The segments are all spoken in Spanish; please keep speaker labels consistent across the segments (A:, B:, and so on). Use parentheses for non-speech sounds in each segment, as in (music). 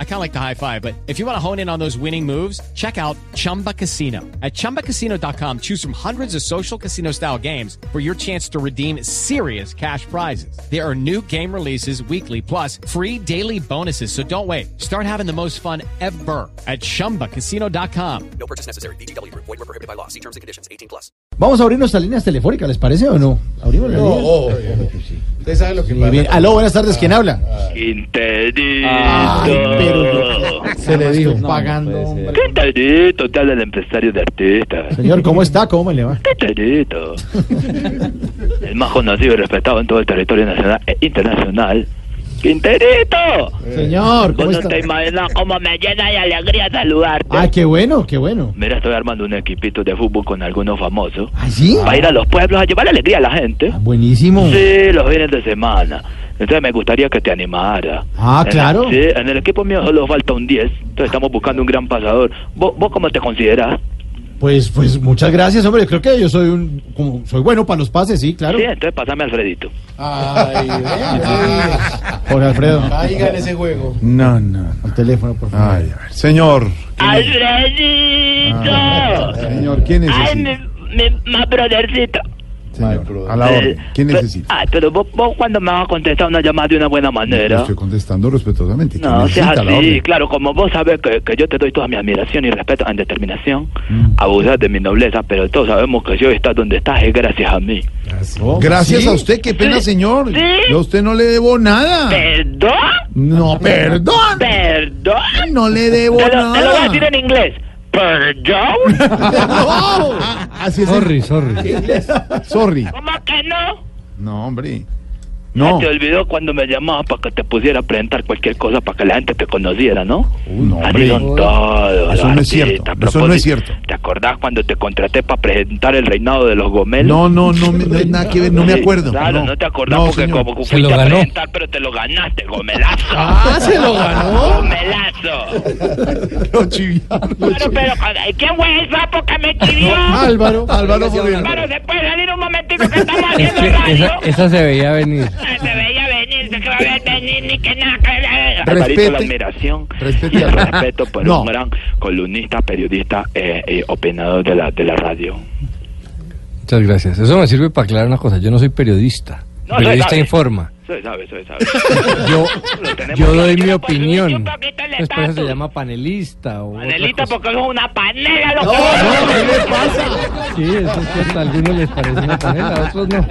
A: I kind of like the high five, but if you want to hone in on those winning moves, check out Chumba Casino. At chumbacasino.com, choose from hundreds of social casino style games for your chance to redeem serious cash prizes. There are new game releases weekly, plus free daily bonuses. So don't wait. Start having the most fun ever at chumbacasino.com.
B: No purchase necessary. BGW. Void were prohibited by law. See terms and conditions. 18 plus.
C: Vamos a abrir nuestras líneas telefónicas, ¿les parece o no? Abrimos las líneas.
D: Oh, Usted sabe lo que
C: Muy bien.
D: pasa.
C: Aló, buenas tardes, ¿quién habla?
D: pero-
E: Quinterito.
D: Se le dijo pagando. hombre.
E: Quinterito, te habla el empresario de artistas.
C: Señor, ¿cómo está? ¿Cómo le va?
E: Quinterito. El más conocido y respetado en todo el territorio nacional e internacional. Quinterito.
C: Señor, ¿cómo
E: Vos no
C: está?
E: te imaginas cómo me llena de alegría saludarte.
C: Ah, qué bueno, qué bueno.
E: Mira, estoy armando un equipito de fútbol con algunos famosos.
C: ¿Ah, sí?
E: Para ir a los pueblos a llevar alegría a la gente.
C: Ah,
F: Mm.
C: Buenísimo.
E: Sí, los fines de semana. Entonces me gustaría que te animara.
C: Ah,
E: En el-
C: claro.
E: sí, en el equipo mío solo falta un 10. Entonces estamos buscando un gran pasador. ¿Vos, vos cómo te consideras?
C: Pues, pues, muchas gracias, hombre. Creo que yo soy un, como- soy bueno para los pases, sí, claro.
E: Sí, entonces pasame a Alfredito.
D: Ay, vea. (laughs)
C: Jorge Alfredo.
D: Caiga en ese juego.
F: No, no.
C: El teléfono, por favor.
F: Ay, a ver. Señor. Ah,
E: ¡Alfredito!
F: Señor, ¿quién necesita?
E: más brothercito.
F: Señor, a la orden. ¿Quién necesita?
E: Ah, pero vos, vos cuando me vas a contestar una llamada de una buena
F: Le
E: manera.
F: estoy contestando respetuosamente. ¿Quién
E: No, seas
F: Este, necesita? A la
E: así,
F: orden.
E: claro, como vos sabes que, que yo te doy toda mi admiración y respeto en determinación,
F: Mm.
E: abusás de mi nobleza, pero todos sabemos que si hoy estás donde estás es gracias a mí.
C: Oh,
F: Gracias
C: ¿sí?
F: a usted, qué pena,
E: Sí.
F: señor.
E: Sí.
F: Yo a usted no le debo nada.
E: ¿Perdón?
F: No, perdón.
E: ¿Perdón?
F: No le debo
E: Te lo, te lo voy a decir
F: nada.
E: en inglés. ¿Perdón?
F: (laughs) No. Así es.
C: Sorry, sorry.
F: Sorry.
E: ¿Cómo que no?
F: No, hombre. No.
E: Te olvidó cuando me llamabas para que te pusiera a presentar cualquier cosa para que la gente te conociera, ¿no?
F: No,
E: Así
F: hombre.
E: son todos.
F: Eso
E: los
F: no es cierto,
E: artistas. A
F: eso no es
E: propósito,
F: cierto.
E: ¿Te acordás cuando te contraté para presentar el reinado de los gomelos?
F: No, no, no, me- no hay nada que ver, no me acuerdo.
E: Claro, no, te acordás
F: No,
E: porque
F: señor.
E: como fuiste a presentar, pero te lo ganaste, gomelazo.
D: Ah, se lo ganó.
E: Gomelazo.
F: (laughs) Lo chiviaron,
D: (laughs)
F: lo
E: Pero, pero, ¿quién fue el sapo que me chivió?
F: (laughs)
C: Álvaro.
F: Álvaro Forero.
E: Claro, se puede salir un momentito que estamos haciendo radio.
G: se veía venir.
E: Ay, Se veía venir, se que veía venir, ni que nada. Que...
F: Respete.
E: Alvarito, la admiración
F: Respete
E: y el
F: a-
E: respeto por
F: No.
E: un gran columnista, periodista eh, eh, opinador de la, de la radio.
G: Muchas gracias. Eso me sirve para aclarar una cosa. Yo no soy periodista.
E: No,
G: periodista
E: soy-
G: informa.
E: Se sabe, se sabe.
G: Yo,
E: Lo tenemos
G: yo
E: que hacer por
G: doy mi
E: subir un
G: opinión.
E: poquito el
G: Pues por eso se
E: estatus.
G: llama panelista o otra
E: Panelita,
G: cosa.
E: porque es una panela lo que
C: ¿Qué le pasa?
G: Sí, eso es cierto. A algunos les parece una panela, a otros no.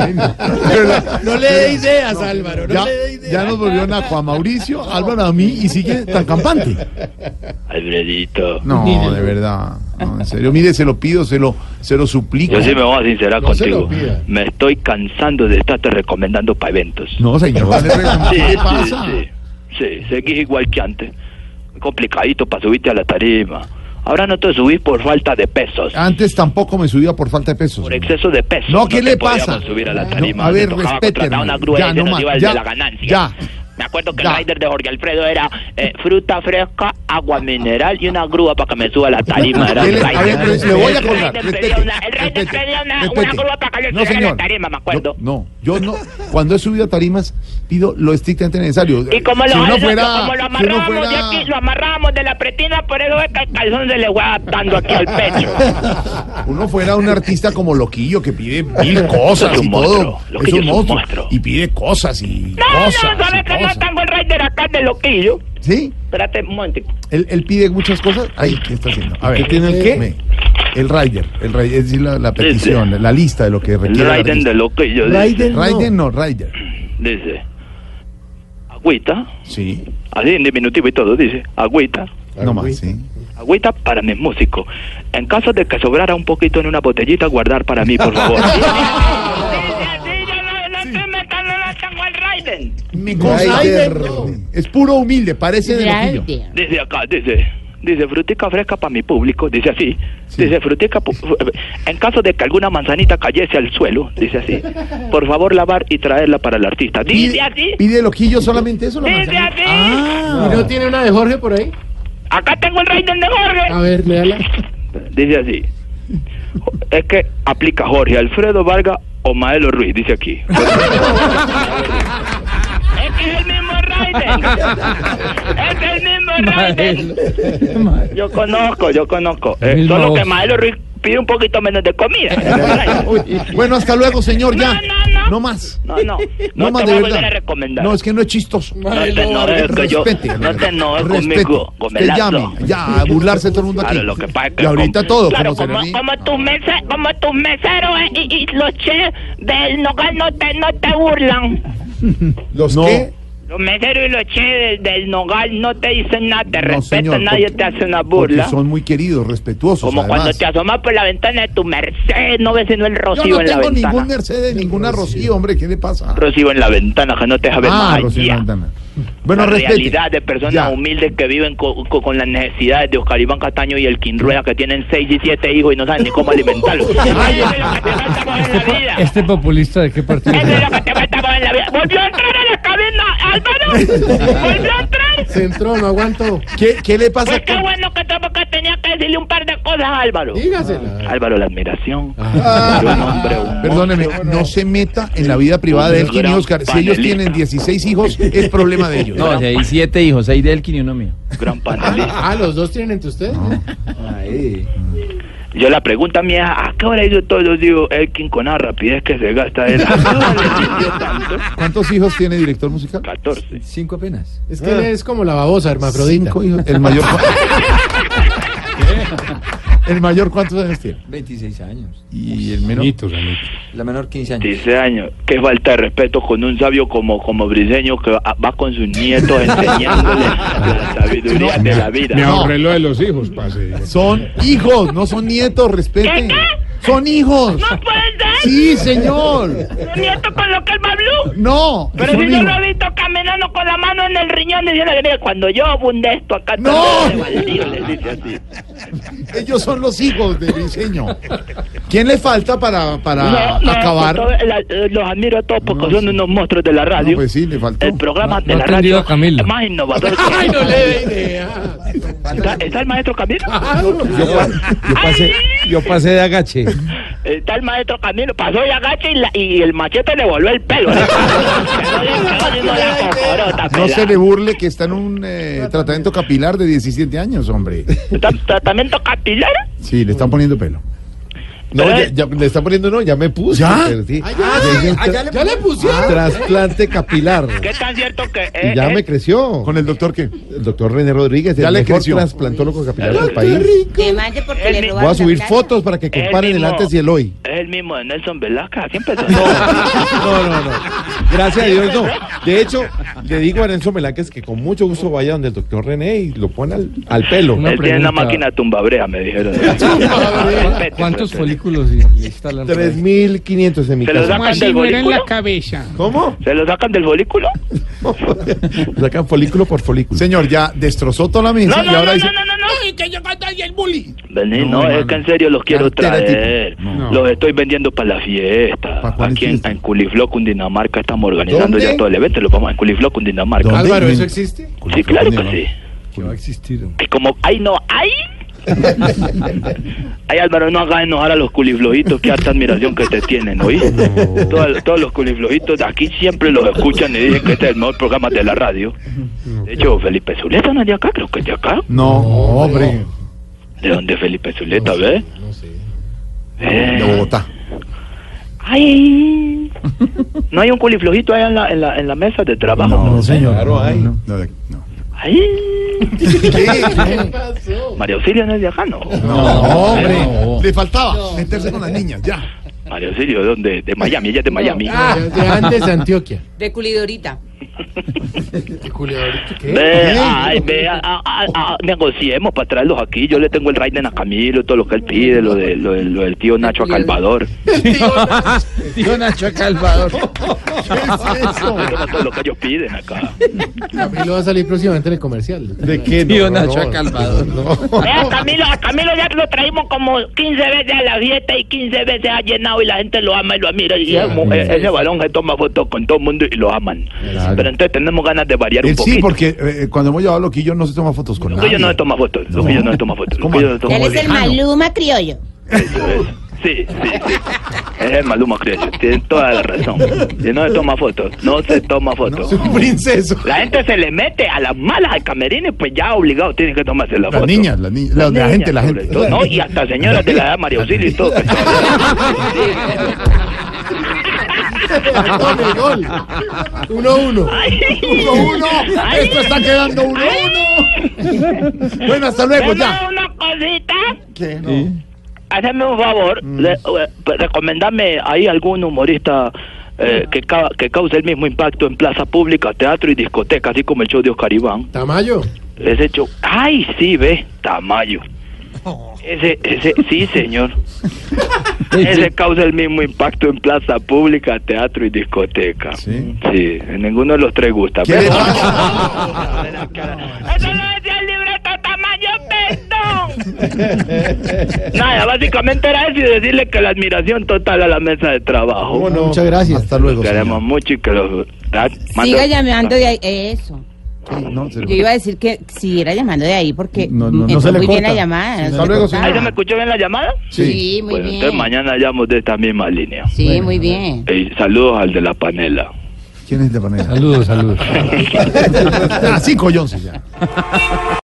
F: Ay, no. Pero la-
D: No le dé ideas, Álvaro. No
F: Ya,
D: le dé ideas.
F: ya nos volvieron a Juan Mauricio, Álvaro a mí y sigue tan campante.
E: Alfredito.
F: No, de verdad. No, en serio. Mire, se lo pido, se lo, se lo suplico.
E: Yo sí me voy a sincerar
D: No se lo
E: contigo.
D: pida.
E: Me estoy cansando de estarte recomendando para eventos.
F: No, señor.
E: (laughs)
F: le reclamo.
E: Sí,
F: ¿Qué
E: sí,
F: le pasa?
E: Sí, sí, seguís igual que antes. Complicadito para subirte a la tarima. Ahora no te subís por falta de pesos.
F: Antes tampoco me subía por falta de pesos.
E: Por exceso de peso.
F: Ah. No, ¿qué
E: te
F: le
E: podíamos
F: pasa?
E: subir a la
F: No,
E: tarima.
F: a
E: Te
F: ver,
E: tocaba
F: respéteme.
E: contratar una grúa
F: Ya,
E: y se
F: no
E: nos
F: más,
E: iba el
F: ya,
E: de la ganancia.
F: ya.
E: Me acuerdo que
F: Ya.
E: el rider de Jorge Alfredo era eh, fruta fresca, agua mineral y una grúa para que me suba a la tarima. Era
F: ¿Qué
E: el
F: le- a ver,
E: rider.
F: le- le voy a
E: El
F: colgar.
E: rider
F: Respete,
E: pedía una- el rider
F: respete,
E: pedía una- una
F: respete.
E: grúa para que le
F: No,
E: subiera a la
F: señor.
E: tarima, me acuerdo.
F: No, no, yo no. Cuando he subido a tarimas, pido lo estrictamente necesario.
E: Y como lo,
F: si uno
E: eso,
F: fuera,
E: como lo
F: si uno
E: amarrábamos de
F: fuera-
E: aquí, lo amarrábamos de la pretina, por eso es que el calzón se le va adaptando aquí al
F: (laughs)
E: pecho.
F: Uno fuera un artista como Loquillo que pide mil cosas
E: Es un
F: y
E: monstruo.
F: todo.
E: Loquillo
F: es un monstruo.
E: monstruo.
F: Y pide cosas y
E: No,
F: cosas.
E: no, sabes
F: y
E: que
F: cosas.
E: no tengo el rey de la carne loquillo.
F: ¿Sí?
E: Espérate un momento.
F: Él, él pide muchas cosas. Ay, ¿qué está haciendo? A ver.
C: ¿Qué tiene el qué?
F: Me- el rider. El rider es decir, la, la
E: Sí, sí.
F: petición, la- la lista de lo que
E: El
F: requiere. la
E: Raiden
F: revista.
E: de loquillo dice,
C: Raiden. no.
F: Raiden no, rider.
E: dice, agüita,
F: Sí.
E: así en diminutivo y todo, dice, agüita,
F: No más, sí.
E: agüita para mis músicos. En caso de que sobrara un poquito en una botellita, guardar para mí, por (laughs) favor. Dice así, yo no- no estoy metiendo la changua al Raiden.
F: Mi
D: Rider.
F: Es puro humilde, parece de Loquillo.
E: Dice acá, dice, dice frutica fresca para mi público, dice así. Dice frutica, pu- fu- en caso de que alguna manzanita cayese al suelo, dice así. Por favor lavar y traerla para el artista. Dice así,
F: ¿Pide Ah. Loquillo solamente eso? la
E: dice
F: manzana?
E: así.
D: ¿Y no tiene una de Jorge por ahí?
E: Acá tengo el rey de
D: A
E: Jorge.
D: ver, léala.
E: Dice así. Es que aplica Jorge Alfredo Vargas o Maelo Ruiz,
D: (laughs)
E: dice aquí. es que es el mismo Raiden. es el mismo Raiden. Yo conozco, yo conozco.
F: (laughs)
G: El
E: Eh,
G: mismo
E: solo que
G: voz.
E: Maelo Ruiz pide un poquito menos de comida.
F: (laughs) Bueno, hasta luego, señor, ya.
E: No, no, no.
F: más.
E: No, no, no,
F: No, más
E: te
F: de
E: voy a volver a
F: verdad.
E: recomendar.
F: No, es que no es chistoso.
E: No te enojes que yo-
F: Respete.
E: no te enojes
F: Respete.
E: conmigo,
F: Usted
E: gomelazo.
F: llame, ya, a burlarse todo el mundo aquí.
E: Claro, lo que pasa es que
F: y ahorita
E: como-
F: todo,
E: claro,
F: como
E: como,
F: Serení.
E: como tus mesa- como tus meseros eh, y, y los chefs del nogal no te, no te burlan.
F: ¿Los
C: No.
F: qué?
E: Los meseros y los chefs del, del nogal no te dicen nada, te
F: No,
E: respetan,
F: señor,
E: nadie
F: porque-
E: te hace una
F: porque
E: burla.
F: son muy queridos, respetuosos.
E: Como cuando
F: además.
E: te asomas por la ventana de tu merced, no ves sino el
F: Yo
E: rocío
F: no
E: en la
F: tengo
E: ventana.
F: ningún Mercedes, ninguna Rocío, hombre, ¿qué le pasa?
E: Rocío en la ventana, que no te deja ver
F: Ah,
E: más
F: Rocío
E: allá.
F: Ventana. Bueno,
E: la
F: respete.
E: realidad de personas
F: Ya. (laughs)
E: humildes que viven co- co- con las necesidades de Oscar Iván Castaño y el Quinrueda que tienen seis y siete hijos y no saben ni cómo alimentarlos. Eso es lo que te falta por en la vida.
G: (laughs) Este populista de qué partido.
E: Eso es lo que te falta por en la vida. Volvió a entrar a la cabina,
F: Pues
E: Álvaro. Volvió a entrar.
D: Se entró, no aguanto.
F: ¿Qué, qué le pasa?
E: Pues qué bueno que todo porque tenía que decirle un par de cosas a Álvaro.
D: Dígasela.
E: Álvaro, la admiración.
F: Ah,
E: Era un hombre, un
F: Perdóneme, no se meta en la vida privada de Elkin y
E: gran
F: Oscar. Si ellos
E: panelista.
F: tienen 16 hijos, es problema de ellos.
H: No, si hay siete hijos, seis de él y uno mío.
E: gran panelista.
D: Ah, los dos tienen entre ustedes.
E: Yo la pregunta mía, ¿a qué hora hizo todo? Yo digo, Elkin con la rapidez que se gasta él. ¿A qué hora le sirvió tanto?
F: ¿Cuántos hijos tiene director musical?
E: 14.
H: Cinco apenas.
D: Es que él es como la babosa, hermafrodita.
F: Cinco hijos. El mayor. ¿El mayor cuántos años tiene?
H: 26 años.
F: Y el menor.
G: Ganitos, ganitos.
H: La menor 15 años.
E: 16 años. Qué falta de respeto con un sabio como, como Briseño que va va con sus nietos enseñándoles la sabiduría de la vida.
I: Me
F: No.
I: ahorré lo de los hijos, pase.
F: Son hijos, no son nietos, respeten.
E: ¿Qué,
F: Son hijos.
E: ¡No puede ser!
F: Sí, señor.
E: ¿Un Pues, nieto con lo que el Blue?
F: No.
E: Pero
F: son
E: si yo
F: hijos.
E: lo he visto caminando con la mano en el riñón diciendo que cuando yo abunde esto acá
F: ¡No!
E: todo es de baldío", les dice así.
F: Ellos son los hijos de Briseño. ¿Quién le falta para, para
E: No, no,
F: acabar?
E: todo- la- eh, los admiro a todos porque
F: No,
E: son
F: sí.
E: unos monstruos de la radio.
F: No, pues sí, le faltó.
E: El programa
G: No,
E: de
G: no
E: la
G: atendió
E: radio
G: a Camilo.
E: es más innovador. que-
D: Ay, no le dé idea.
E: ¿Está, está el maestro Camilo?
H: Yo pasé, yo pasé de
E: (laughs)
H: agache.
E: Está el Eh, maestro Camilo, pasó y agacha y, la- y el machete le voló el pelo. No, (laughs)
F: No se le burle que está en un eh, tratamiento capilar de 17 años, hombre.
E: ¿Tratamiento capilar?
F: Sí, le están poniendo pelo.
J: No, ya, ya le está poniendo no, ya me puse.
F: Ah, ¿Ya?
J: me perdí.
D: Ah, Ya le pusieron.
J: Trasplante capilar.
E: ¿Qué tan cierto que
J: Y
E: es?
J: ya
E: es-
J: me creció.
F: ¿Con el doctor qué?
J: El doctor René Rodríguez,
F: Ya
J: el
F: le
J: mejor
F: creció.
J: trasplantólogo capilar del país.
E: es mi-
J: Voy a subir fotos para que
E: El
J: comparen el
E: mismo.
J: antes y el hoy.
E: es el mismo de Nelson Velasca, siempre son-
J: (laughs) No, no, no. Gracias a Dios, no. De hecho, le digo a Nelson Meláquez que con mucho gusto vaya donde el doctor René y lo pone al, al pelo.
G: Una
E: Él tiene
G: pregunta.
E: una máquina tumbabrea, me dijeron. Respete,
G: ¿Cuántos
E: respete.
G: folículos le instalan?
J: 3.500 en mi
E: ¿Se lo
J: casa.
E: sacan del folículo?
D: cabeza.
J: ¿Cómo?
E: ¿Se lo sacan del folículo?
J: (laughs) Sacan folículo por folículo.
F: Señor, ya destrozó toda la mesa
E: No,
F: y
E: no,
F: ahora
E: no,
F: dice.
E: no, no, no, no.
D: que yo cuando hay el bully.
E: Vení,
F: No,
E: no, es
F: hermano.
E: que en serio los quiero
F: Cartera
E: traer.
F: tipo. No.
E: Los estoy vendiendo para la fiesta.
F: ¿Pa' cuál
E: Aquí en,
F: fiesta?
E: en Culifló, Cundinamarca, estamos organizando
F: ¿Dónde?
E: ya todo el evento. Lo vamos en Culifló, Cundinamarca.
F: ¿Dónde?
D: Álvaro, ¿eso existe?
E: Sí, claro que sí.
G: Que va a existir. hombre.
E: Y como, ay, no,
F: (laughs)
E: ay. Ay, Álvaro, no hagas enojar a los culiflojitos, que harta admiración que te tienen, ¿oí?
F: (laughs)
E: Todos, todos los culiflojitos de aquí siempre los escuchan y dicen que este es el mejor programa de la radio. De hecho, Felipe Zuleta no es de acá, creo que es de acá.
F: No, hombre.
E: ¿De dónde es Felipe Zuleta, ves?
D: No sé.
E: Eh.
F: De Bogotá.
E: Ay, no hay un culiflojito allá en la, en la, en la mesa de trabajo.
F: No, señor.
J: Claro, hay.
F: No, no, no.
E: Ay, (laughs)
D: ¿Qué pasó?
E: María Auxilio no es de acá, no.
F: No, hombre. Le faltaba meterse con las niñas, (laughs) ya.
E: María Auxilio, ¿de dónde? De Miami, ella es de Miami.
D: Ah, de antes de Antioquia.
K: De culidorita.
D: De Julio Dorito, ¿qué?
E: Ve, ay, ve, a- a- a- a- negociemos para traerlos aquí. Yo le tengo el Raiden a Camilo, todo lo que él pide, lo, de, lo, de- lo del tío Nacho a Calvador.
H: Tío Nacho Calvador.
E: Yo tengo todo lo que ellos piden acá.
D: Camilo va a salir próximamente en el comercial.
J: ¿De qué?
H: Tío
F: Eh,
H: Nacho Calvador.
E: (laughs) Vea, Camilo, a Camilo ya lo traímos como 15 veces a la fiesta y 15 veces ha llenado y la gente lo ama y lo admira. Y es como, eh, ese balón se toma fotos con todo el mundo y lo aman. Pero entonces tenemos ganas de variar un
F: Él
E: poquito.
F: sí, porque eh, cuando hemos llevado a Loquillo no se toma fotos con
E: Loquillo
F: (laughs) nadie.
E: no se toma fotos. Loquillo no se toma fotos.
F: ¿Cómo?
E: Loquillo no se toma
F: Él es
E: fotos.
F: el Maluma
K: criollo.
E: Eso es. Sí, sí, sí. Es el Maluma Criollo. Tienen toda la razón. Y no se toma fotos. No se toma fotos.
F: un princeso.
E: La gente se le mete a las malas al camerino y pues ya obligado tienen que tomarse la
F: Las
E: foto.
F: niñas, las niñas, la, la
E: Niñas,
F: gente, la
E: sobre
F: gente.
E: todo, No,
F: (laughs)
E: y hasta señoras de la edad María Auxilio y todo. pues, que todavía-
D: Gol, el gol. Uno a uno.
E: Ay.
F: uno.
E: Ay.
F: Esto está quedando uno uno. Bueno, hasta luego, Pues ya.
E: Dame una cosita. Hazme un favor, le- eh, recomendame ahí algún humorista eh, que, ca- que cause el mismo impacto en plaza pública, teatro y discoteca, así como el show de Oscar Iván.
D: Tamayo.
E: Ese show, ay, sí, ve, Tamayo. Ese, ese, sí, señor. Ese causa el mismo impacto en plaza pública, teatro y discoteca.
F: Sí. (laughs)
E: Sí, en ninguno de los tres gusta.
F: ¿Qué le
E: pero-
H: Ah,
F: pasa?
E: (laughs) Eso lo decía el libreto tamaño perdón. Nada, básicamente era eso y decirle que la admiración total a la mesa de trabajo.
F: Bueno,
C: Muchas gracias.
F: Hasta luego.
E: Los queremos mucho y que los... ah, mando-
I: Siga llamando de ahí. Eso.
F: señor. Sí, no, se le-
I: Yo iba a decir que siguiera llamando de ahí porque
F: No, no, no
I: entró
F: se le
I: muy bien
F: corta.
I: la llamada.
F: Hasta
I: no se le
F: luego,
I: cortaba.
E: ¿Ahí se me escuchó bien la llamada?
F: Sí.
I: Sí, muy
E: bueno,
I: bien.
E: entonces mañana hallamos de esta misma línea.
I: Sí, muy bien.
E: Y saludos al de la panela.
F: (laughs) ¿Quién es de panela?
E: (laughs)
F: Ah,
G: Saludos, saludos.
F: Así, collonce ya.